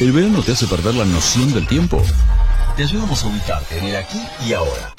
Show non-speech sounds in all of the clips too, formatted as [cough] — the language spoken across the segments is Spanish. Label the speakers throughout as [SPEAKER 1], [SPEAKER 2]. [SPEAKER 1] El verano te hace perder la noción del tiempo.
[SPEAKER 2] Te ayudamos a ubicarte en el aquí y ahora.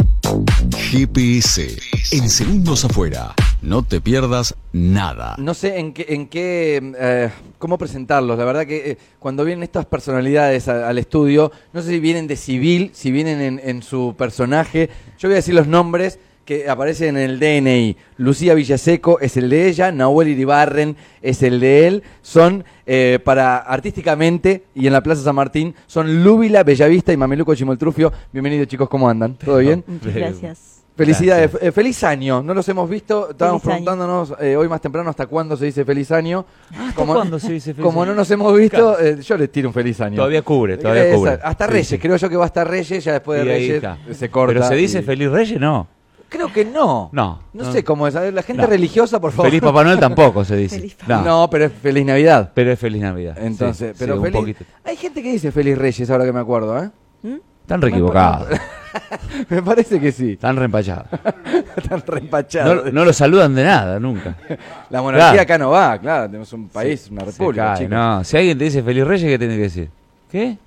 [SPEAKER 1] GPS. En segundos afuera. No te pierdas nada.
[SPEAKER 3] No sé en qué, en qué eh, cómo presentarlos. La verdad que eh, cuando vienen estas personalidades a- al estudio, no sé si vienen de civil, si vienen en, en su personaje. Yo voy a decir los nombres que aparecen en el DNI. Lucía Villaseco es el de ella, Nahuel Iribarren es el de él. Son eh, para artísticamente y en la Plaza San Martín son Lúbila, Bellavista y Mameluco Chimoltrufio. Bienvenidos chicos, ¿cómo andan? ¿Todo bien?
[SPEAKER 4] Muchas
[SPEAKER 5] Pero-
[SPEAKER 4] gracias.
[SPEAKER 3] Felicidades, Eh, feliz año. No los hemos visto, estábamos
[SPEAKER 4] Feliz año.
[SPEAKER 3] preguntándonos eh, hoy más temprano hasta cuándo se dice feliz año. como,
[SPEAKER 5] Ah, ¿Cuándo
[SPEAKER 3] [laughs]
[SPEAKER 5] se dice feliz
[SPEAKER 3] como
[SPEAKER 5] año?
[SPEAKER 3] no nos hemos visto,
[SPEAKER 5] Claro.
[SPEAKER 3] eh, yo les tiro un feliz año. Eh,
[SPEAKER 5] Todavía cubre, todavía
[SPEAKER 3] Esa-
[SPEAKER 5] cubre.
[SPEAKER 3] Hasta
[SPEAKER 5] Sí,
[SPEAKER 3] Reyes,
[SPEAKER 5] sí.
[SPEAKER 3] creo yo que va hasta Reyes, ya después de
[SPEAKER 5] Y ahí
[SPEAKER 3] Reyes
[SPEAKER 5] está.
[SPEAKER 3] eh, se corta.
[SPEAKER 5] Pero se dice
[SPEAKER 3] y-
[SPEAKER 5] feliz
[SPEAKER 3] [laughs]
[SPEAKER 5] Reyes, no.
[SPEAKER 3] Creo que no.
[SPEAKER 5] No.
[SPEAKER 3] No,
[SPEAKER 5] No.
[SPEAKER 3] sé cómo es. A ver, la gente
[SPEAKER 5] No.
[SPEAKER 3] religiosa, por favor.
[SPEAKER 5] Feliz Papá Noel tampoco se dice.
[SPEAKER 4] Feliz
[SPEAKER 5] no,
[SPEAKER 4] Papá
[SPEAKER 3] No, pero es feliz Navidad.
[SPEAKER 5] pero es feliz Navidad.
[SPEAKER 3] Entonces,
[SPEAKER 5] Sí,
[SPEAKER 3] pero
[SPEAKER 5] sí, un
[SPEAKER 3] feliz-
[SPEAKER 5] poquito.
[SPEAKER 3] Hay gente que dice feliz Reyes, ahora que me acuerdo, ¿eh? [laughs]
[SPEAKER 4] ¿Mm?
[SPEAKER 5] Están re equivocados,
[SPEAKER 3] Me parece que sí.
[SPEAKER 5] están re empachados.
[SPEAKER 3] [laughs] Están reempachados.
[SPEAKER 5] No, no lo saludan de
[SPEAKER 3] [laughs]
[SPEAKER 5] nada nunca.
[SPEAKER 3] La monarquía
[SPEAKER 5] Claro.
[SPEAKER 3] acá no va, claro. Tenemos un país, una
[SPEAKER 5] Se
[SPEAKER 3] república,
[SPEAKER 5] cae,
[SPEAKER 3] chicos.
[SPEAKER 5] no, si alguien te dice feliz Reyes, ¿qué tiene que decir? ¿Qué?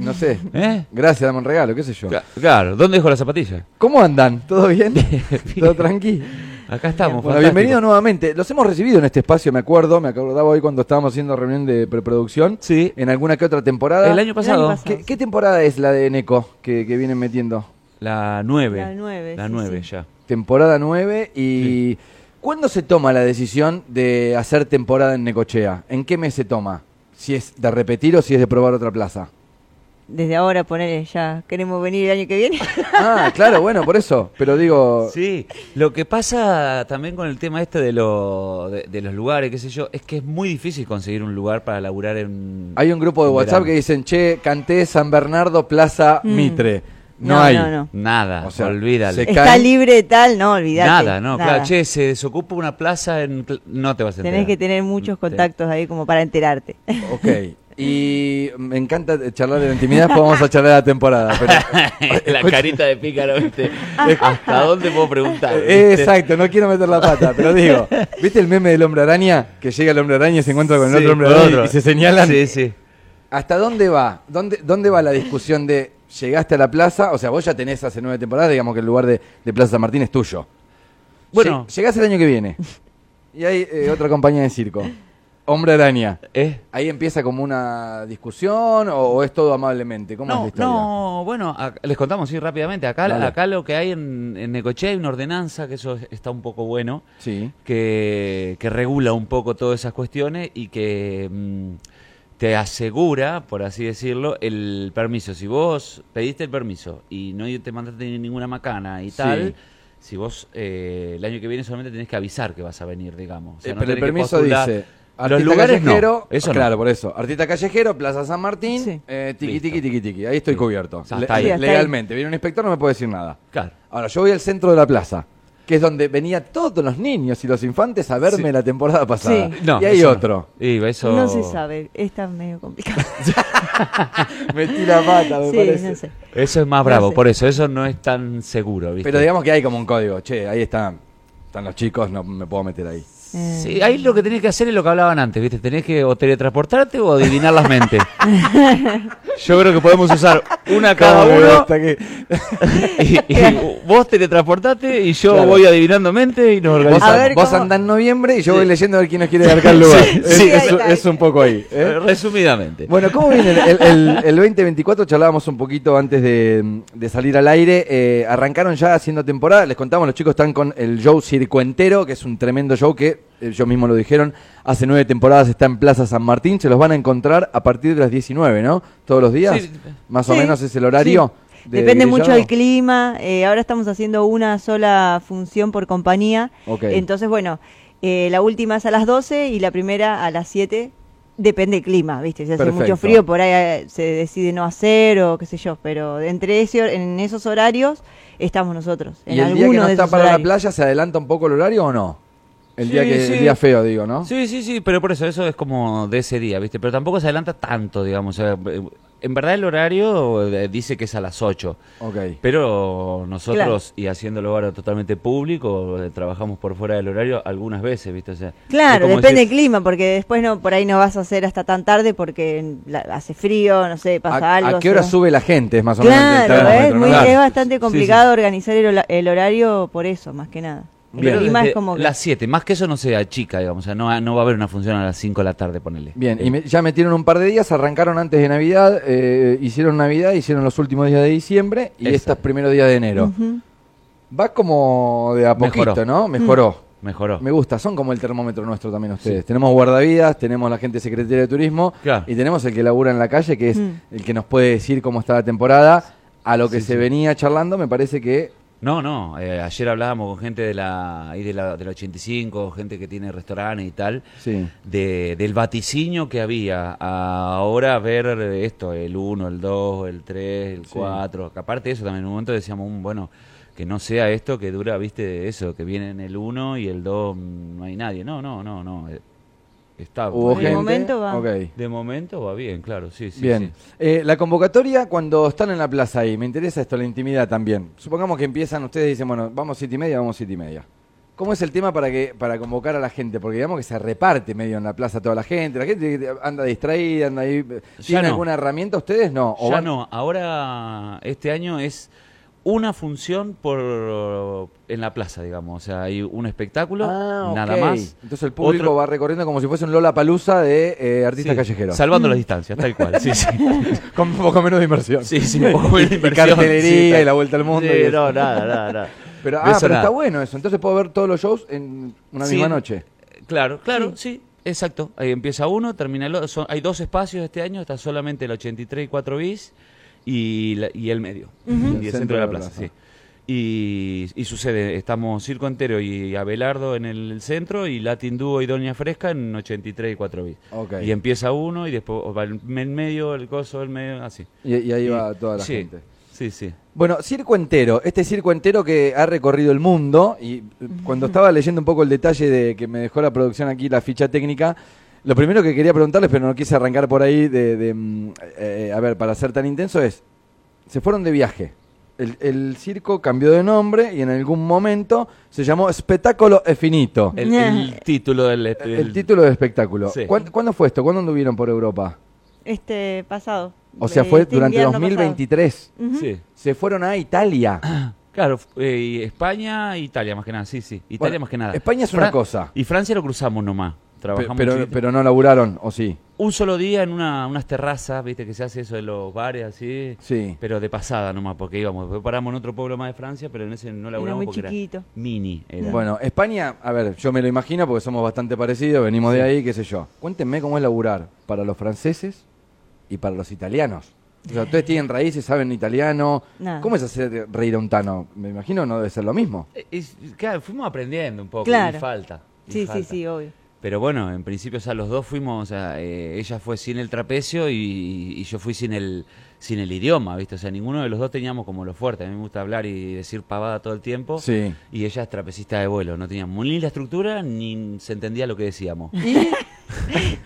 [SPEAKER 3] No sé.
[SPEAKER 5] ¿Eh?
[SPEAKER 3] Gracias, dame un regalo, qué sé yo.
[SPEAKER 5] Ca- Claro, ¿dónde dejó la zapatilla?
[SPEAKER 3] ¿Cómo andan? ¿Todo bien? [laughs] ¿Todo tranquilo?
[SPEAKER 5] Acá estamos.
[SPEAKER 3] Bueno,
[SPEAKER 5] fantástico.
[SPEAKER 3] bienvenido nuevamente. Los hemos recibido en este espacio, me acuerdo. Me acordaba hoy cuando estábamos haciendo reunión de preproducción.
[SPEAKER 5] Sí.
[SPEAKER 3] En alguna que otra temporada.
[SPEAKER 5] El año pasado,
[SPEAKER 4] El año pasado.
[SPEAKER 3] ¿Qué, qué temporada es la de Neco que, que vienen metiendo?
[SPEAKER 5] la 9.
[SPEAKER 4] La nueve,
[SPEAKER 5] La
[SPEAKER 4] sí,
[SPEAKER 5] 9
[SPEAKER 4] sí.
[SPEAKER 5] ya.
[SPEAKER 3] Temporada 9 y... ¿Cuándo se toma la decisión de hacer temporada en Necochea? ¿En qué mes se toma? Si es de repetir o si es de probar otra plaza.
[SPEAKER 4] Desde ahora poner ya queremos venir el año
[SPEAKER 5] [laughs]
[SPEAKER 4] que viene.
[SPEAKER 3] Ah, claro, bueno, por eso. Pero digo...
[SPEAKER 5] Sí, lo que pasa también con el tema este de, lo, de, de los lugares, qué sé yo, es que es muy difícil conseguir un lugar para laburar en...
[SPEAKER 3] Hay un grupo de
[SPEAKER 5] en
[SPEAKER 3] WhatsApp
[SPEAKER 5] verano.
[SPEAKER 3] que dicen, che, canté San Bernardo Plaza
[SPEAKER 4] Mm.
[SPEAKER 3] Mitre. No,
[SPEAKER 4] No,
[SPEAKER 3] hay.
[SPEAKER 4] no, no.
[SPEAKER 5] Nada,
[SPEAKER 3] O sea,
[SPEAKER 5] olvídalo.
[SPEAKER 3] se-
[SPEAKER 4] Está
[SPEAKER 3] caen-
[SPEAKER 4] libre de tal, no, olvidate.
[SPEAKER 5] Nada, no, claro, che, se desocupa una plaza en... cl- No te vas a enterar.
[SPEAKER 4] Tenés que tener muchos
[SPEAKER 5] Te-
[SPEAKER 4] contactos ahí como para enterarte.
[SPEAKER 3] Ok. Y me encanta charlar de la intimidad, después vamos a charlar de la temporada.
[SPEAKER 5] [laughs]
[SPEAKER 3] pero-
[SPEAKER 5] [laughs] la carita de pícaro,
[SPEAKER 4] [laughs]
[SPEAKER 5] ¿viste? ¿Hasta dónde puedo preguntar?
[SPEAKER 3] Eh,
[SPEAKER 5] viste?
[SPEAKER 3] Exacto, no quiero meter la pata, pero digo, ¿viste el meme del hombre araña? Que llega el hombre araña y se encuentra con el
[SPEAKER 5] Sí,
[SPEAKER 3] otro hombre
[SPEAKER 5] con
[SPEAKER 3] araña
[SPEAKER 5] otro.
[SPEAKER 3] y se señalan.
[SPEAKER 5] Sí, sí.
[SPEAKER 3] ¿Hasta dónde va? ¿Dónde, ¿Dónde va la discusión de llegaste a la plaza? O sea, vos ya tenés hace nueve temporadas, digamos que el lugar de, de Plaza San Martín es tuyo.
[SPEAKER 5] Bueno.
[SPEAKER 3] Lle- llegás el año que
[SPEAKER 5] [laughs]
[SPEAKER 3] viene. Y hay eh, otra compañía de circo. Hombre araña.
[SPEAKER 5] ¿Eh?
[SPEAKER 3] ¿Ahí empieza como una discusión o, o es todo amablemente? ¿Cómo es la
[SPEAKER 5] No,
[SPEAKER 3] historia?
[SPEAKER 5] no, bueno, a- les contamos sí rápidamente. Acá,
[SPEAKER 3] Dale.
[SPEAKER 5] acá lo que hay en, en Necochea hay una ordenanza, que eso está un poco bueno,
[SPEAKER 3] Sí.
[SPEAKER 5] que, que regula un poco todas esas cuestiones y que mm, te asegura, por así decirlo, el permiso. Si vos pediste el permiso y no te mandaste ninguna macana y
[SPEAKER 3] Sí.
[SPEAKER 5] tal, si vos eh, el año que viene solamente tenés que avisar que vas a venir, digamos. O sea,
[SPEAKER 3] Eh,
[SPEAKER 5] no
[SPEAKER 3] pero el
[SPEAKER 5] tenés que
[SPEAKER 3] permiso
[SPEAKER 5] postular.
[SPEAKER 3] dice.
[SPEAKER 5] Los lugares
[SPEAKER 3] callejero,
[SPEAKER 5] no. Eso no.
[SPEAKER 3] claro, por eso. Artista callejero, Plaza San Martín,
[SPEAKER 4] Sí.
[SPEAKER 3] eh, tiqui,
[SPEAKER 5] Listo.
[SPEAKER 3] tiqui, tiqui, tiqui. Ahí estoy
[SPEAKER 5] Sí.
[SPEAKER 3] cubierto.
[SPEAKER 5] Hasta
[SPEAKER 3] Le-
[SPEAKER 5] ahí.
[SPEAKER 3] le-
[SPEAKER 4] Hasta ahí.
[SPEAKER 3] legalmente. Viene un inspector, no me puede decir nada.
[SPEAKER 5] Claro.
[SPEAKER 3] Ahora, yo voy al centro de la plaza, que es donde venían todos los niños y los infantes a verme la temporada pasada.
[SPEAKER 4] Sí.
[SPEAKER 5] No,
[SPEAKER 3] y hay
[SPEAKER 5] eso no.
[SPEAKER 3] otro. [laughs]
[SPEAKER 5] Y eso-
[SPEAKER 4] No se sabe, está medio complicado.
[SPEAKER 3] Me tira pata, me
[SPEAKER 4] sí,
[SPEAKER 3] parece.
[SPEAKER 4] no sé.
[SPEAKER 5] Eso es más bravo,
[SPEAKER 4] sé.
[SPEAKER 5] por eso, eso no es tan seguro, ¿viste?
[SPEAKER 3] Pero digamos que hay como un código. Che, ahí están, están los chicos, no me puedo meter ahí.
[SPEAKER 4] Eh,
[SPEAKER 5] Sí, ahí lo que tenés que hacer es lo que hablaban antes, ¿viste? Tenés que o teletransportarte o adivinar las mentes. Yo creo que podemos usar una cada
[SPEAKER 3] Como que
[SPEAKER 5] uno
[SPEAKER 3] hasta que-
[SPEAKER 5] y, y vos teletransportate y yo
[SPEAKER 3] Claro.
[SPEAKER 5] voy adivinando mente y nos
[SPEAKER 3] Vos,
[SPEAKER 5] organizamos. Eh,
[SPEAKER 4] A ver
[SPEAKER 3] vos
[SPEAKER 4] cómo-
[SPEAKER 3] andás en noviembre y yo voy leyendo a ver quién nos quiere dar acá el lugar.
[SPEAKER 5] Sí,
[SPEAKER 3] es,
[SPEAKER 5] sí.
[SPEAKER 3] es-
[SPEAKER 4] Ahí está.
[SPEAKER 3] es un poco ahí. ¿eh?
[SPEAKER 5] Eh, Resumidamente.
[SPEAKER 3] Bueno, ¿cómo viene el, el- el- el 2024? Charlábamos un poquito antes de, de salir al aire. Eh, arrancaron ya haciendo temporada. Les contamos, los chicos están con el show Circo Entero, que es un tremendo show que, eh, yo mismo lo dijeron, hace nueve temporadas está en Plaza San Martín. Se los van a encontrar a partir de las 19, ¿no? Todos los días.
[SPEAKER 5] Sí.
[SPEAKER 3] Más o
[SPEAKER 4] Sí.
[SPEAKER 3] menos es el horario.
[SPEAKER 4] Sí.
[SPEAKER 3] de
[SPEAKER 4] Depende
[SPEAKER 3] Grillado.
[SPEAKER 4] mucho del clima. eh, ahora estamos haciendo una sola función por compañía.
[SPEAKER 3] Ok.
[SPEAKER 4] Entonces, bueno, eh, la última es a las 12 y la primera a las 7. Depende del clima, ¿viste? Si hace
[SPEAKER 3] Perfecto.
[SPEAKER 4] mucho frío, por ahí eh, se decide no hacer o qué sé yo. Pero entre ese, hor- en esos horarios estamos nosotros. En
[SPEAKER 3] ¿Y el día
[SPEAKER 4] alguno
[SPEAKER 3] que no
[SPEAKER 4] de
[SPEAKER 3] está
[SPEAKER 4] esos
[SPEAKER 3] para la
[SPEAKER 4] horarios.
[SPEAKER 3] playa se adelanta un poco el horario o no? El día
[SPEAKER 5] Sí,
[SPEAKER 3] que el
[SPEAKER 5] sí.
[SPEAKER 3] día feo, digo, ¿no?
[SPEAKER 5] Sí, sí, sí, pero por eso, eso es como de ese día, ¿viste? Pero tampoco se adelanta tanto, digamos. o sea, eh, en verdad el horario eh, dice que es a las 8.
[SPEAKER 3] Ok.
[SPEAKER 5] Pero nosotros, y haciéndolo ahora totalmente público, eh, trabajamos por fuera del horario algunas veces, ¿viste? O sea,
[SPEAKER 4] Claro,
[SPEAKER 5] es como
[SPEAKER 4] depende del
[SPEAKER 5] decir,
[SPEAKER 4] clima, porque después no, por ahí no vas a hacer hasta tan tarde porque la- hace frío, no sé, pasa
[SPEAKER 3] ¿A,
[SPEAKER 4] algo.
[SPEAKER 3] a qué
[SPEAKER 4] se
[SPEAKER 3] hora
[SPEAKER 4] va.
[SPEAKER 3] sube la gente? Es más o menos. el
[SPEAKER 4] Claro,
[SPEAKER 3] termómetro,
[SPEAKER 4] es,
[SPEAKER 3] ¿no?
[SPEAKER 4] muy-
[SPEAKER 3] Claro.
[SPEAKER 4] es bastante
[SPEAKER 5] Sí,
[SPEAKER 4] complicado organizar el, hola- el horario por eso, más que nada. El
[SPEAKER 5] pero
[SPEAKER 4] clima
[SPEAKER 5] desde
[SPEAKER 4] es como que-
[SPEAKER 5] Las 7, más que eso no se achica, digamos. O sea, no, no va a haber una función a las 5 de la tarde, ponele. Eh,
[SPEAKER 3] Bien, y me- ya metieron un par de días, arrancaron antes de Navidad, eh, hicieron Navidad, hicieron los últimos días de diciembre y
[SPEAKER 5] Exacto.
[SPEAKER 3] estos primeros días de enero.
[SPEAKER 4] Ujú.
[SPEAKER 3] Va como de a poquito,
[SPEAKER 5] Mejoró.
[SPEAKER 3] ¿no? Mejoró.
[SPEAKER 5] Mejoró.
[SPEAKER 3] Me gusta, son como el termómetro nuestro también ustedes. Tenemos guardavidas, tenemos la gente secretaria de turismo
[SPEAKER 5] Claro.
[SPEAKER 3] y tenemos el que labura en la calle, que es
[SPEAKER 4] Mm.
[SPEAKER 3] el que nos puede decir cómo está la temporada. A lo que
[SPEAKER 5] Sí,
[SPEAKER 3] se
[SPEAKER 5] sí.
[SPEAKER 3] venía charlando, me parece que
[SPEAKER 5] No, no. eh, ayer hablábamos con gente de la, ahí de la, del 85, gente que tiene restaurantes y tal.
[SPEAKER 3] sí.
[SPEAKER 5] de- del vaticinio que había a ahora ver esto, el 1, el 2, el 3, el 4, que aparte de eso también en un momento decíamos, un, bueno, que no sea esto que dura, viste, eso, que vienen el 1 y el 2 no hay nadie, no, no, no, no, eh, está
[SPEAKER 3] hubo
[SPEAKER 4] De
[SPEAKER 3] gente.
[SPEAKER 4] momento va.
[SPEAKER 3] Ok.
[SPEAKER 5] de momento va bien, claro, sí, sí,
[SPEAKER 3] Bien.
[SPEAKER 5] sí.
[SPEAKER 3] Eh, la convocatoria cuando están en la plaza ahí, me interesa esto, la intimidad también. Supongamos que empiezan ustedes y dicen, bueno, vamos siete y media, vamos siete y media. ¿Cómo es el tema para que para convocar a la gente? Porque digamos que se reparte medio en la plaza toda la gente, la gente anda distraída, anda ahí. ¿Tienen
[SPEAKER 5] no.
[SPEAKER 3] alguna herramienta ustedes? No. ¿O
[SPEAKER 5] ya
[SPEAKER 3] van-
[SPEAKER 5] no, ahora este año es una función por en la plaza, digamos, o sea, hay un espectáculo,
[SPEAKER 3] Ah,
[SPEAKER 5] nada
[SPEAKER 3] ok.
[SPEAKER 5] más.
[SPEAKER 3] Entonces el público
[SPEAKER 5] Otro-
[SPEAKER 3] va recorriendo como si fuese un Lola Palusa de eh, artistas
[SPEAKER 5] Sí,
[SPEAKER 3] callejeros.
[SPEAKER 5] Salvando las distancias, tal cual. [laughs] Sí, sí.
[SPEAKER 3] [laughs] Con un poco menos de inversión.
[SPEAKER 5] Sí, [laughs] sí, un poco menos
[SPEAKER 3] Y
[SPEAKER 5] inversión,
[SPEAKER 3] cartelería
[SPEAKER 5] sí,
[SPEAKER 3] y la vuelta al mundo
[SPEAKER 5] Sí,
[SPEAKER 3] y eso.
[SPEAKER 5] no, nada, nada, [laughs] nada.
[SPEAKER 3] Pero,
[SPEAKER 5] De
[SPEAKER 3] ah,
[SPEAKER 5] eso
[SPEAKER 3] pero
[SPEAKER 5] nada.
[SPEAKER 3] está bueno eso. Entonces puedo ver todos los shows en una
[SPEAKER 5] Sí.
[SPEAKER 3] misma noche.
[SPEAKER 5] Claro, claro, sí. exacto. Ahí empieza uno, termina el otro. Son- hay dos espacios este año, está solamente el 83 y 4 bis y, la- y el medio, y el centro de la plaza, sí. Y, y sucede, estamos Circo Entero y Abelardo en el centro y Latin Dúo y Doña Fresca en 83 y 4 bis.
[SPEAKER 3] Ok.
[SPEAKER 5] Y empieza uno y después va el, el medio, el coso, el medio, así.
[SPEAKER 3] Y, y ahí va toda la
[SPEAKER 5] Sí,
[SPEAKER 3] gente.
[SPEAKER 5] Sí, sí.
[SPEAKER 3] Bueno, circo entero, este circo entero que ha recorrido el mundo, y eh, cuando estaba leyendo un poco el detalle de que me dejó la producción aquí, la ficha técnica, lo primero que quería preguntarles, pero no quise arrancar por ahí, de, de, mm, eh, a ver, para ser tan intenso, es, se fueron de viaje. El, el circo cambió de nombre y en algún momento se llamó Espectáculo Efinito, el,
[SPEAKER 5] El,
[SPEAKER 4] eh,
[SPEAKER 5] el título del...
[SPEAKER 3] título del espectáculo.
[SPEAKER 5] Sí.
[SPEAKER 3] ¿Cuán- ¿Cuándo fue esto? ¿Cuándo anduvieron por Europa?
[SPEAKER 4] Este pasado.
[SPEAKER 3] O sea,
[SPEAKER 4] de
[SPEAKER 3] fue
[SPEAKER 4] este
[SPEAKER 3] durante
[SPEAKER 4] invierno
[SPEAKER 3] 2023.
[SPEAKER 4] pasado. Ujú.
[SPEAKER 5] Sí.
[SPEAKER 3] Se fueron a Italia.
[SPEAKER 5] Ah, Claro, f- eh, y España e Italia más que nada, sí, sí. Italia
[SPEAKER 3] Bueno,
[SPEAKER 5] más que nada.
[SPEAKER 3] España es una
[SPEAKER 5] Fra-
[SPEAKER 3] cosa.
[SPEAKER 5] Y Francia lo cruzamos nomás.
[SPEAKER 3] Pe-
[SPEAKER 5] Trabajamos
[SPEAKER 3] pero,
[SPEAKER 5] chiquito.
[SPEAKER 3] pero no laburaron, ¿o sí?
[SPEAKER 5] un solo día en una, unas terrazas, viste que se hace eso de los bares así.
[SPEAKER 3] Sí.
[SPEAKER 5] Pero de pasada nomás, porque íbamos, después paramos en otro pueblo más de Francia, pero en ese no laburamos
[SPEAKER 4] muy
[SPEAKER 5] porque
[SPEAKER 4] chiquito.
[SPEAKER 5] era mini. Era.
[SPEAKER 3] Bueno, España, a ver, yo me lo imagino porque somos bastante parecidos, venimos de ahí, qué sé yo. Cuéntenme cómo es laburar para los franceses y para los italianos. O sea, ustedes tienen raíces, saben italiano.
[SPEAKER 4] Nada.
[SPEAKER 3] ¿Cómo es hacer reír a un tano? Me imagino no debe ser lo mismo.
[SPEAKER 5] Eh, es- claro, fuimos aprendiendo un poco,
[SPEAKER 4] Claro.
[SPEAKER 5] y falta. y
[SPEAKER 4] Sí, sí,
[SPEAKER 5] falta.
[SPEAKER 4] sí, obvio.
[SPEAKER 5] Pero bueno, en principio, o sea, los dos fuimos, o sea, eh, ella fue sin el trapecio y, y yo fui sin el, sin el idioma, ¿viste? O sea, ninguno de los dos teníamos como lo fuerte. A mí me gusta hablar y decir pavada todo el tiempo.
[SPEAKER 3] Sí.
[SPEAKER 5] Y ella es trapecista de vuelo, no tenía ni la estructura ni se entendía lo que decíamos.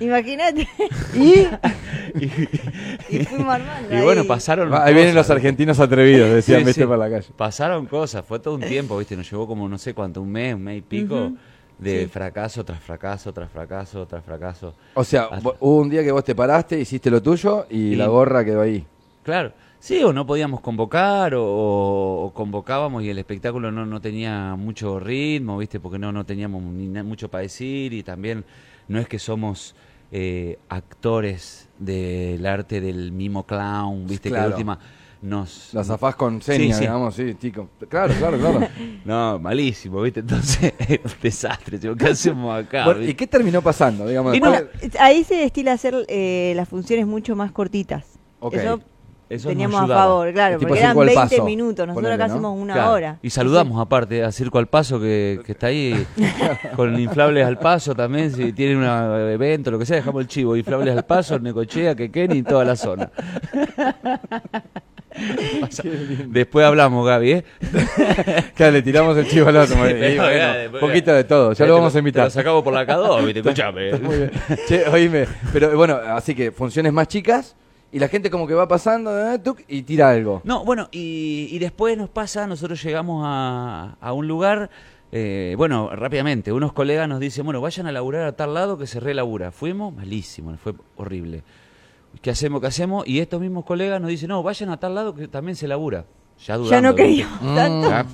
[SPEAKER 4] Imagínate.
[SPEAKER 3] [laughs] Y
[SPEAKER 5] y,
[SPEAKER 4] [laughs] y fuimos armando.
[SPEAKER 5] y bueno,
[SPEAKER 4] ahí.
[SPEAKER 5] pasaron.
[SPEAKER 3] ahí vienen los
[SPEAKER 5] cosas, ¿viste?
[SPEAKER 3] argentinos atrevidos, decían,
[SPEAKER 5] Sí,
[SPEAKER 3] vete
[SPEAKER 5] sí.
[SPEAKER 3] para la calle.
[SPEAKER 5] Pasaron cosas, fue todo un tiempo, ¿viste? Nos llevó como no sé cuánto, un mes, un mes y pico de fracaso tras fracaso, tras fracaso, tras fracaso.
[SPEAKER 3] O sea,
[SPEAKER 5] Hasta-
[SPEAKER 3] vo- hubo un día que vos te paraste, hiciste lo tuyo y
[SPEAKER 5] Y-
[SPEAKER 3] la gorra quedó ahí.
[SPEAKER 5] Claro, sí, o no podíamos convocar, o, o- o convocábamos y el espectáculo no, no tenía mucho ritmo, ¿viste? Porque no, no teníamos ni na- mucho para decir y también no es que somos eh, actores del arte del mimo clown, ¿viste? Que
[SPEAKER 3] Claro.
[SPEAKER 5] la última nos...
[SPEAKER 3] La zafás con señas,
[SPEAKER 5] sí.
[SPEAKER 3] digamos, sí, tico. Claro, claro, [laughs] claro.
[SPEAKER 5] No, malísimo, ¿viste? [laughs] Entonces, era un desastre, digo, ¿qué hacemos acá?
[SPEAKER 3] Bueno, ¿Y
[SPEAKER 5] viste?
[SPEAKER 3] qué terminó pasando? Digamos,
[SPEAKER 5] Y
[SPEAKER 3] después-
[SPEAKER 4] Bueno, ahí se estila hacer eh, las funciones mucho más cortitas.
[SPEAKER 3] Ok.
[SPEAKER 4] Eso,
[SPEAKER 5] Eso nos
[SPEAKER 4] teníamos a
[SPEAKER 5] ayudaba.
[SPEAKER 4] favor, claro,
[SPEAKER 3] Es tipo
[SPEAKER 4] porque
[SPEAKER 3] circo
[SPEAKER 4] eran
[SPEAKER 3] al
[SPEAKER 4] 20
[SPEAKER 3] paso,
[SPEAKER 4] minutos. Nosotros
[SPEAKER 3] ponele,
[SPEAKER 4] acá
[SPEAKER 3] ¿no?
[SPEAKER 4] hacemos una
[SPEAKER 5] Claro.
[SPEAKER 4] hora.
[SPEAKER 5] Y saludamos aparte a Circo al Paso que, que está ahí con inflables al paso también, si tienen un evento, lo que sea, dejamos el chivo, inflables al paso, Necochea, Quequén y toda la zona. Después hablamos, Gaby, ¿eh?
[SPEAKER 3] Claro, le tiramos el chivo al otro.
[SPEAKER 5] [laughs] Sí,
[SPEAKER 3] y
[SPEAKER 5] pero,
[SPEAKER 3] bueno,
[SPEAKER 5] ya, después,
[SPEAKER 3] poquito de todo, ya
[SPEAKER 5] Te
[SPEAKER 3] lo vamos a
[SPEAKER 5] te
[SPEAKER 3] invitar. [laughs]
[SPEAKER 5] Lo sacamos eh. por la K2, ¿viste? Escuchame.
[SPEAKER 3] Muy bien. Che, oíme, pero bueno, así que funciones más chicas y la gente como que va pasando eh, tuc, y tira algo.
[SPEAKER 5] No, bueno, y, y después nos pasa, nosotros llegamos a, a un lugar, eh, bueno, rápidamente, unos colegas nos dicen, bueno, vayan a laburar a tal lado que se relabura. Fuimos, malísimo, fue horrible. ¿Qué hacemos, qué hacemos? Y estos mismos colegas nos dicen, no, vayan a tal lado que también se labura. Ya dudando.
[SPEAKER 4] Ya no
[SPEAKER 5] ¿viste?
[SPEAKER 4] queríamos
[SPEAKER 3] Mm.
[SPEAKER 4] tanto.
[SPEAKER 5] Ya,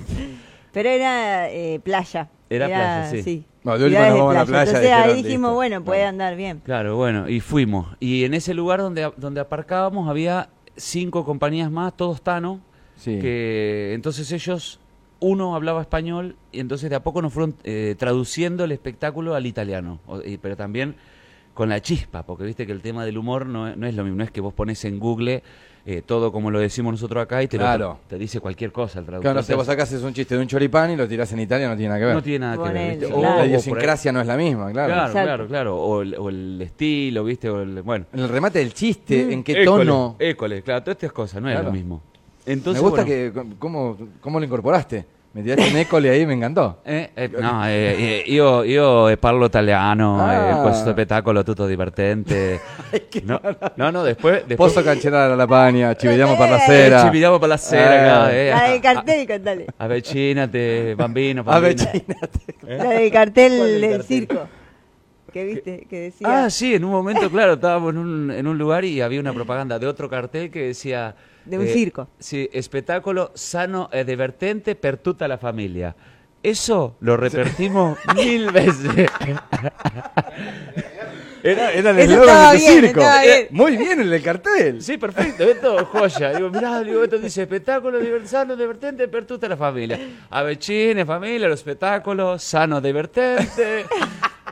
[SPEAKER 4] Pero era eh, playa.
[SPEAKER 5] Era playa, sí.
[SPEAKER 3] Bueno, de última
[SPEAKER 4] Era
[SPEAKER 3] nos
[SPEAKER 4] de
[SPEAKER 3] vamos a la playa,
[SPEAKER 4] Entonces
[SPEAKER 3] dijeron,
[SPEAKER 4] ahí dijimos,
[SPEAKER 3] listo.
[SPEAKER 4] bueno, puede andar bien.
[SPEAKER 5] Claro, bueno, y fuimos. Y en ese lugar donde, donde aparcábamos había cinco compañías más, todos Tano,
[SPEAKER 3] Sí.
[SPEAKER 5] que entonces ellos, uno hablaba español y entonces de a poco nos fueron eh, traduciendo el espectáculo al italiano, O- y- pero también con la chispa, porque viste que el tema del humor no, es- no es lo mismo, no es que vos pones en Google eh, todo como lo decimos nosotros acá y te, lo tra-
[SPEAKER 3] Claro.
[SPEAKER 5] te dice cualquier cosa el traductor.
[SPEAKER 3] Claro, no sé,
[SPEAKER 5] Te
[SPEAKER 3] vos
[SPEAKER 5] hace-
[SPEAKER 3] sacás es un chiste de un choripán y lo tirás en Italia, no tiene nada que ver.
[SPEAKER 5] no tiene nada que ver.
[SPEAKER 4] Ponele,
[SPEAKER 5] ¿viste?
[SPEAKER 4] claro.
[SPEAKER 5] por
[SPEAKER 3] La
[SPEAKER 5] ahí-
[SPEAKER 3] idiosincrasia no es la misma, claro.
[SPEAKER 5] Claro,
[SPEAKER 4] Exacto.
[SPEAKER 5] claro, claro. O el, o el estilo, viste, o el, bueno.
[SPEAKER 3] El remate del chiste, en qué
[SPEAKER 5] École,
[SPEAKER 3] tono.
[SPEAKER 5] École, claro, todas estas cosas, no es
[SPEAKER 3] Claro.
[SPEAKER 5] lo mismo. Entonces,
[SPEAKER 3] me gusta
[SPEAKER 5] bueno,
[SPEAKER 3] que cómo, cómo lo incorporaste. Me tiraste un
[SPEAKER 5] [laughs]
[SPEAKER 3] école ahí, me encantó.
[SPEAKER 5] eh, eh, no, eh, eh, io, io parlo italiano,
[SPEAKER 3] Ah.
[SPEAKER 5] eh, questo spettacolo tutto
[SPEAKER 4] [laughs]
[SPEAKER 5] divertente. no, no, no, después... después
[SPEAKER 3] Pozo cancelara la pagna, ci vediamo per la
[SPEAKER 4] Eh,
[SPEAKER 3] sera.
[SPEAKER 5] Ci vediamo per la sera,
[SPEAKER 3] Eh.
[SPEAKER 5] claro, eh. ah,
[SPEAKER 4] La del
[SPEAKER 3] [laughs]
[SPEAKER 4] cartel, contale.
[SPEAKER 5] Avvicinate,
[SPEAKER 4] [laughs]
[SPEAKER 5] bambino, bambino.
[SPEAKER 3] Avvecinate.
[SPEAKER 4] La del cartel
[SPEAKER 5] ¿Cuál del
[SPEAKER 4] del
[SPEAKER 5] cartel?
[SPEAKER 4] circo. Que viste, que decía.
[SPEAKER 5] Ah, sí, en un momento, claro, estábamos en un, en un lugar y había una propaganda de otro cartel que decía... eh,
[SPEAKER 4] De un circo.
[SPEAKER 5] Sí, espectáculo sano e divertente per tutta la familia. Eso lo
[SPEAKER 4] [laughs]
[SPEAKER 5] repetimos mil veces.
[SPEAKER 3] Era, era el
[SPEAKER 4] Eso
[SPEAKER 3] eslogan
[SPEAKER 4] estaba
[SPEAKER 3] del
[SPEAKER 4] bien,
[SPEAKER 3] circo. Eh,
[SPEAKER 4] estaba bien.
[SPEAKER 3] Muy bien el del cartel.
[SPEAKER 5] Sí, perfecto, esto joya. Digo, mirá, digo, esto dice espectáculo diver- sano, divertente per tutta la familia. A vecine, familia, lo spettacolo sano, divertente.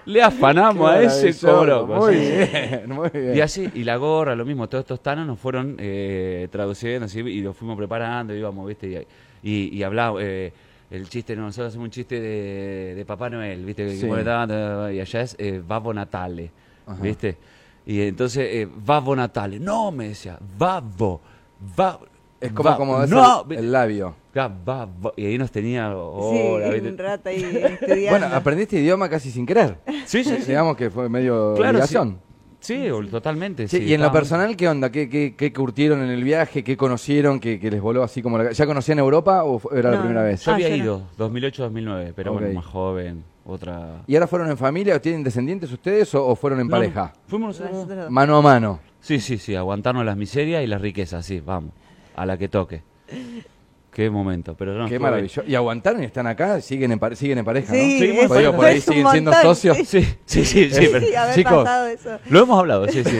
[SPEAKER 5] Le afanamos a ese
[SPEAKER 3] Maravilloso,
[SPEAKER 5] coro. pues,
[SPEAKER 3] Muy
[SPEAKER 5] sí.
[SPEAKER 3] bien, muy bien.
[SPEAKER 5] Y así, y la gorra, lo mismo, todos estos tanos nos fueron eh, traduciendo así, y los fuimos preparando, íbamos, viste, y, y, y hablaba, eh, el chiste, no, nosotros hacemos un chiste de, de Papá Noel, viste, que
[SPEAKER 3] Sí.
[SPEAKER 5] mueve tanto, y allá es eh, Babbo Natale, viste. Y entonces, eh, Babbo Natale, no, me decía, Babbo, Babbo.
[SPEAKER 3] es como, como es
[SPEAKER 5] no,
[SPEAKER 3] el,
[SPEAKER 5] vi-
[SPEAKER 3] el labio.
[SPEAKER 5] Ah, Babbo, y ahí nos tenía hora,
[SPEAKER 4] sí,
[SPEAKER 5] Oh, viste.
[SPEAKER 4] un rato ahí
[SPEAKER 3] [laughs]
[SPEAKER 4] estudiando.
[SPEAKER 3] Bueno, aprendiste idioma casi sin querer.
[SPEAKER 5] Sí, sí, sí.
[SPEAKER 3] Digamos que fue medio
[SPEAKER 5] Claro, sí.
[SPEAKER 3] obligación.
[SPEAKER 5] Sí, o- totalmente.
[SPEAKER 3] Che,
[SPEAKER 5] sí,
[SPEAKER 3] y en lo
[SPEAKER 5] estábamos-
[SPEAKER 3] personal, ¿qué onda? ¿Qué, qué, qué curtieron en el viaje? ¿Qué conocieron? ¿Qué, qué les voló así como la... ca- ¿Ya conocían Europa o fu- era la
[SPEAKER 4] No,
[SPEAKER 3] primera
[SPEAKER 4] no.
[SPEAKER 3] vez?
[SPEAKER 5] Yo
[SPEAKER 4] Ah,
[SPEAKER 5] había
[SPEAKER 4] yo no.
[SPEAKER 5] ido, 2008-2009, pero
[SPEAKER 3] Ok.
[SPEAKER 5] bueno, más joven, otra...
[SPEAKER 3] ¿Y ahora fueron en familia o tienen descendientes ustedes o, o fueron en
[SPEAKER 5] No,
[SPEAKER 3] pareja?
[SPEAKER 5] Fuimos nosotros. dos.
[SPEAKER 4] Nosotros-
[SPEAKER 3] Mano a mano.
[SPEAKER 5] Sí, sí, sí, aguantarnos las miserias y las riquezas, sí, vamos, a la que toque. Qué momento, pero no,
[SPEAKER 3] Qué
[SPEAKER 5] estuvo Ah, bien.
[SPEAKER 3] maravilloso. Y aguantaron y están acá, siguen en, pare- siguen en pareja,
[SPEAKER 4] Sí,
[SPEAKER 3] ¿no?
[SPEAKER 5] Sí,
[SPEAKER 4] es-
[SPEAKER 5] bueno,
[SPEAKER 3] Digo, por ahí
[SPEAKER 4] es un
[SPEAKER 3] siguen siendo
[SPEAKER 4] montón,
[SPEAKER 3] socios.
[SPEAKER 5] Sí, sí, sí, sí,
[SPEAKER 3] [laughs]
[SPEAKER 5] pero-
[SPEAKER 4] Sí, haber
[SPEAKER 3] Chicos.
[SPEAKER 4] pasado eso.
[SPEAKER 5] Lo hemos hablado,
[SPEAKER 3] [laughs]
[SPEAKER 5] sí, sí.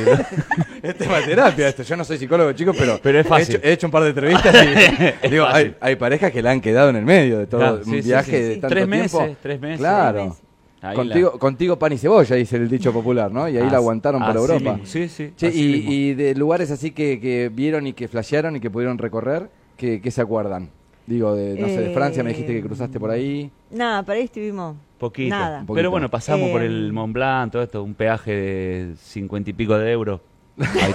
[SPEAKER 3] Este es terapia, esto. Yo no soy psicólogo, chicos, pero,
[SPEAKER 5] Pero es
[SPEAKER 3] he
[SPEAKER 5] fácil.
[SPEAKER 3] hecho- He hecho, un par de entrevistas y
[SPEAKER 5] [laughs]
[SPEAKER 3] [laughs]
[SPEAKER 5] Es
[SPEAKER 3] digo, hay,
[SPEAKER 5] fácil.
[SPEAKER 3] hay parejas que la han quedado en el medio de todo
[SPEAKER 5] Claro,
[SPEAKER 3] un
[SPEAKER 5] sí, sí,
[SPEAKER 3] viaje
[SPEAKER 5] sí.
[SPEAKER 3] de
[SPEAKER 5] Sí.
[SPEAKER 3] tanto
[SPEAKER 5] Tres meses,
[SPEAKER 3] tiempo.
[SPEAKER 5] tres meses.
[SPEAKER 3] Claro.
[SPEAKER 4] Tres
[SPEAKER 5] Ahí
[SPEAKER 3] Contigo, contigo pan y cebolla, dice el dicho popular, ¿no? Y ahí
[SPEAKER 5] Así-
[SPEAKER 3] la aguantaron por
[SPEAKER 5] así
[SPEAKER 3] Europa.
[SPEAKER 5] mismo, sí, sí,
[SPEAKER 3] Che,
[SPEAKER 5] así
[SPEAKER 3] y,
[SPEAKER 5] mismo.
[SPEAKER 3] y de lugares así que, que vieron y que flashearon y que pudieron recorrer, ¿qué, qué se acuerdan? Digo, de, no sé, de Francia, me dijiste que cruzaste por ahí.
[SPEAKER 4] Nada, para ahí estuvimos.
[SPEAKER 5] Poquito.
[SPEAKER 4] Nada.
[SPEAKER 3] Poquito.
[SPEAKER 5] Pero bueno, pasamos por
[SPEAKER 4] Eh,
[SPEAKER 5] el Mont Blanc, todo esto, un peaje de cincuenta y pico de euros.
[SPEAKER 3] [laughs]
[SPEAKER 5] Ahí,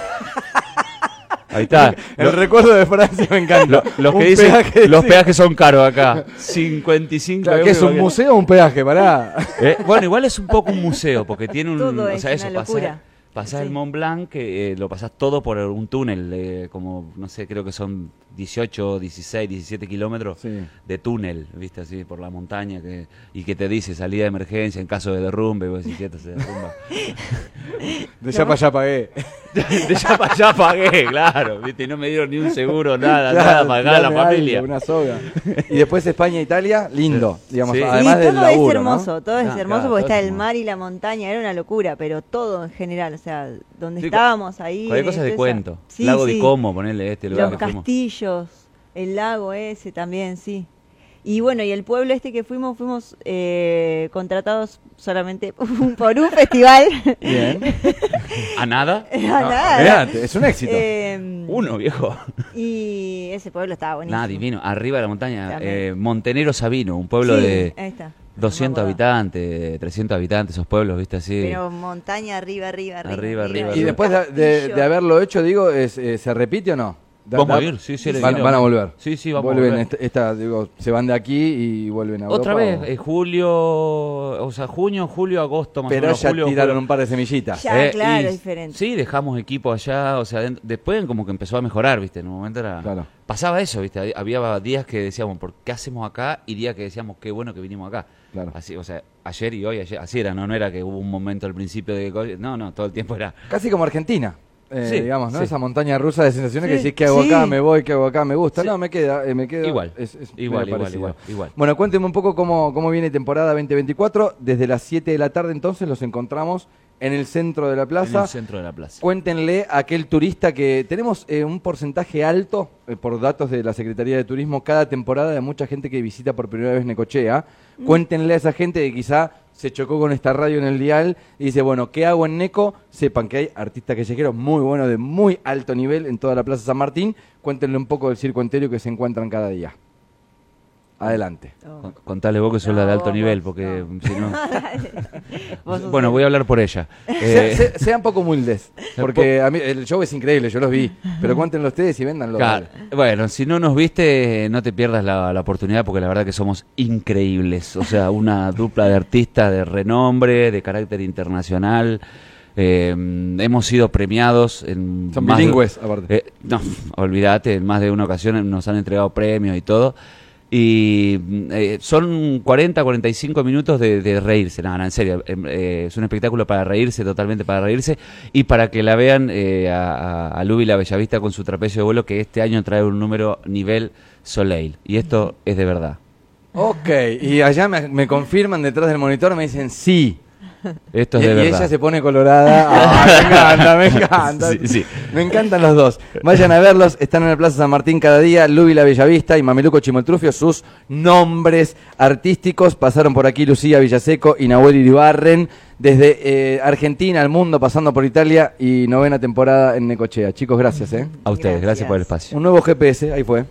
[SPEAKER 5] ahí está.
[SPEAKER 3] El
[SPEAKER 5] Lo-
[SPEAKER 3] recuerdo de Francia me
[SPEAKER 5] lo-
[SPEAKER 3] encanta.
[SPEAKER 5] los
[SPEAKER 3] Un
[SPEAKER 5] que dicen,
[SPEAKER 3] peaje-
[SPEAKER 5] los
[SPEAKER 3] sí.
[SPEAKER 5] peajes son caros acá. 55
[SPEAKER 3] Claro,
[SPEAKER 5] euros.
[SPEAKER 3] ¿qué es un
[SPEAKER 5] que-
[SPEAKER 3] museo o un peaje? Pará.
[SPEAKER 5] Eh, bueno, igual es un poco un museo, porque tiene un.
[SPEAKER 4] Todo es una
[SPEAKER 5] pasás-
[SPEAKER 4] locura.
[SPEAKER 5] pasás el
[SPEAKER 4] Sí.
[SPEAKER 5] Mont Blanc, que eh, lo pasás todo por un túnel, eh, como, no sé, creo que son 18, 16, 17 kilómetros
[SPEAKER 3] Sí.
[SPEAKER 5] de túnel, ¿viste? Así, por la montaña, que, y que te dice salida de emergencia en caso de derrumbe, y vos decís, "¿Qué esto se
[SPEAKER 3] [laughs]
[SPEAKER 5] derrumba.
[SPEAKER 3] De ya para allá
[SPEAKER 5] eh.
[SPEAKER 3] pagué.
[SPEAKER 5] de ya para allá pagué, claro, ¿viste? Y no me dieron ni un seguro, nada, nada,
[SPEAKER 3] Claro,
[SPEAKER 5] para nada, la
[SPEAKER 3] tirame algo,
[SPEAKER 5] familia.
[SPEAKER 3] una soga. Y después España, e Italia, lindo. Digamos,
[SPEAKER 5] Sí.
[SPEAKER 3] además
[SPEAKER 4] y
[SPEAKER 3] del
[SPEAKER 4] todo
[SPEAKER 3] laburo,
[SPEAKER 4] es hermoso,
[SPEAKER 3] ¿no?
[SPEAKER 4] todo es
[SPEAKER 5] Ah,
[SPEAKER 4] hermoso
[SPEAKER 5] claro,
[SPEAKER 4] porque
[SPEAKER 5] todo
[SPEAKER 4] está
[SPEAKER 5] es
[SPEAKER 4] el
[SPEAKER 5] hermoso.
[SPEAKER 4] mar y la montaña, era una locura, pero todo en general, o sea, donde
[SPEAKER 5] Sí, cu-
[SPEAKER 4] estábamos ahí.
[SPEAKER 5] Cualquier cosa
[SPEAKER 4] es
[SPEAKER 5] de
[SPEAKER 4] esa-
[SPEAKER 5] cuento.
[SPEAKER 4] Sí,
[SPEAKER 5] Lago
[SPEAKER 4] sí.
[SPEAKER 5] de Como, ponerle este lugar
[SPEAKER 4] Los
[SPEAKER 5] que fuimos.
[SPEAKER 4] castillos, el lago ese también, sí. Y bueno, y el pueblo este que fuimos, fuimos eh, contratados solamente [laughs] por un festival. [laughs]
[SPEAKER 5] [laughs]
[SPEAKER 3] Bien.
[SPEAKER 5] ¿A nada?
[SPEAKER 4] Era
[SPEAKER 3] No,
[SPEAKER 4] nada.
[SPEAKER 3] olvidate, es un éxito.
[SPEAKER 4] Eh,
[SPEAKER 5] Uno, viejo.
[SPEAKER 4] Y ese pueblo estaba buenísimo.
[SPEAKER 5] Nada, divino. Arriba de la montaña,
[SPEAKER 4] También.
[SPEAKER 5] eh, Montenero Sabino, un pueblo
[SPEAKER 4] Sí, ahí
[SPEAKER 5] de
[SPEAKER 4] está.
[SPEAKER 5] 200
[SPEAKER 4] No me acuerdo.
[SPEAKER 5] habitantes, 300 habitantes, esos pueblos, ¿viste? Así.
[SPEAKER 4] Pero montaña arriba, arriba, arriba.
[SPEAKER 5] Arriba, arriba,
[SPEAKER 3] Y
[SPEAKER 5] arriba.
[SPEAKER 3] después de, de- de haberlo hecho, digo, es, eh, ¿se repite o no? Da-
[SPEAKER 5] Vamos
[SPEAKER 3] da-
[SPEAKER 5] a ir, sí, sí,
[SPEAKER 3] van,
[SPEAKER 5] dinero.
[SPEAKER 3] van a volver.
[SPEAKER 5] Sí, sí, vamos
[SPEAKER 3] Vuelven
[SPEAKER 5] a volver.
[SPEAKER 3] esta, esta- digo, se van de aquí y vuelven a Europa.
[SPEAKER 5] Otra vez,
[SPEAKER 3] o-
[SPEAKER 5] eh, julio, o sea, junio, julio, agosto, más o
[SPEAKER 3] Pero
[SPEAKER 5] menos.
[SPEAKER 3] ya
[SPEAKER 5] julio,
[SPEAKER 3] tiraron
[SPEAKER 5] julio.
[SPEAKER 3] un par de semillitas.
[SPEAKER 4] Ya. claro, diferente.
[SPEAKER 5] Eh, Sí, dejamos equipo allá, o sea, dent- después como que empezó a mejorar, ¿viste? En un momento era...
[SPEAKER 3] Claro.
[SPEAKER 5] Pasaba eso, ¿viste? Hab- Había días que decíamos, ¿por qué hacemos acá? Y días que decíamos, qué bueno que vinimos acá.
[SPEAKER 3] Claro.
[SPEAKER 5] Así, o sea, ayer y hoy, ayer- así era, ¿no? No era que hubo un momento al principio de... que- No, no, todo el tiempo era...
[SPEAKER 3] Casi como Argentina. eh,
[SPEAKER 5] Sí,
[SPEAKER 3] digamos, ¿no?
[SPEAKER 5] sí.
[SPEAKER 3] Esa montaña rusa de sensaciones que
[SPEAKER 4] Sí,
[SPEAKER 3] decís que hago
[SPEAKER 4] sí.
[SPEAKER 3] acá, me voy, que hago acá, me gusta.
[SPEAKER 5] Sí.
[SPEAKER 3] No, me queda, eh, me queda.
[SPEAKER 5] Igual,
[SPEAKER 3] es- es
[SPEAKER 5] igual,
[SPEAKER 3] medio
[SPEAKER 5] igual,
[SPEAKER 3] parecido.
[SPEAKER 5] igual, igual.
[SPEAKER 3] Bueno, cuénteme un poco cómo, cómo viene temporada 2024. Desde las 7 de la tarde entonces los encontramos en el centro de la plaza.
[SPEAKER 5] En el centro de la plaza.
[SPEAKER 3] Cuéntenle a aquel turista que tenemos eh, un porcentaje alto, eh, por datos de la Secretaría de Turismo, cada temporada de mucha gente que visita por primera vez Necochea. Cuéntenle a esa gente que quizá se chocó con esta radio en el dial y dice, bueno, ¿qué hago en Neco? Sepan que hay artistas callejeros muy buenos, de muy alto nivel en toda la Plaza San Martín. Cuéntenle un poco del circo entero que se encuentran cada día. Adelante.
[SPEAKER 5] Con-
[SPEAKER 4] Oh.
[SPEAKER 5] Contale vos que sos la de
[SPEAKER 4] No,
[SPEAKER 5] alto
[SPEAKER 4] vos,
[SPEAKER 5] nivel, porque mm,
[SPEAKER 4] no.
[SPEAKER 5] si no...
[SPEAKER 4] [laughs] Vos sos
[SPEAKER 5] Bueno,
[SPEAKER 4] el-
[SPEAKER 5] voy a hablar por
[SPEAKER 4] [laughs]
[SPEAKER 5] ella. Eh,
[SPEAKER 3] [laughs] Se- se- sean poco humildes, [laughs] porque a mí, el show es increíble, yo los vi, pero cuéntenlo ustedes y véndanlo.
[SPEAKER 5] Claro. Bueno, si no nos viste, no te pierdas la, la oportunidad porque la verdad que somos increíbles. O
[SPEAKER 3] [laughs]
[SPEAKER 5] sea, una dupla de artistas de renombre, de carácter internacional. Eh, hemos sido premiados en...
[SPEAKER 3] Son
[SPEAKER 5] más de-
[SPEAKER 3] bilingües, aparte.
[SPEAKER 5] Eh, no, olvídate, en más de una ocasión nos han entregado premios y todo. Y mm, eh, son 40, 45 minutos de, de reírse. Nada, en serio. em, eh, es un espectáculo para reírse, totalmente para reírse. Y para que la vean eh, a, a- a Lubi la Bellavista con su trapecio de vuelo, que este año trae un número nivel Soleil. Y esto es de verdad.
[SPEAKER 3] Ok, y allá me, me confirman detrás del monitor, me dicen sí.
[SPEAKER 5] Esto
[SPEAKER 3] y
[SPEAKER 5] es de
[SPEAKER 3] y
[SPEAKER 5] verdad.
[SPEAKER 3] ella se pone
[SPEAKER 5] [laughs]
[SPEAKER 3] colorada. Ah, me encanta, me encanta.
[SPEAKER 5] Sí, sí.
[SPEAKER 3] Me encantan los dos. Vayan a verlos, están en la Plaza San Martín cada día. Lubi la Bellavista y Mameluco Chimoltrufio, sus nombres artísticos. Pasaron por aquí Lucía Villaseco y Nahuel Iribarren. Desde eh, Argentina al mundo, pasando por Italia y novena temporada en Necochea. Chicos, gracias. ¿eh?
[SPEAKER 5] A ustedes, gracias.
[SPEAKER 4] Gracias.
[SPEAKER 5] por el espacio.
[SPEAKER 3] Un nuevo GPS, ahí fue.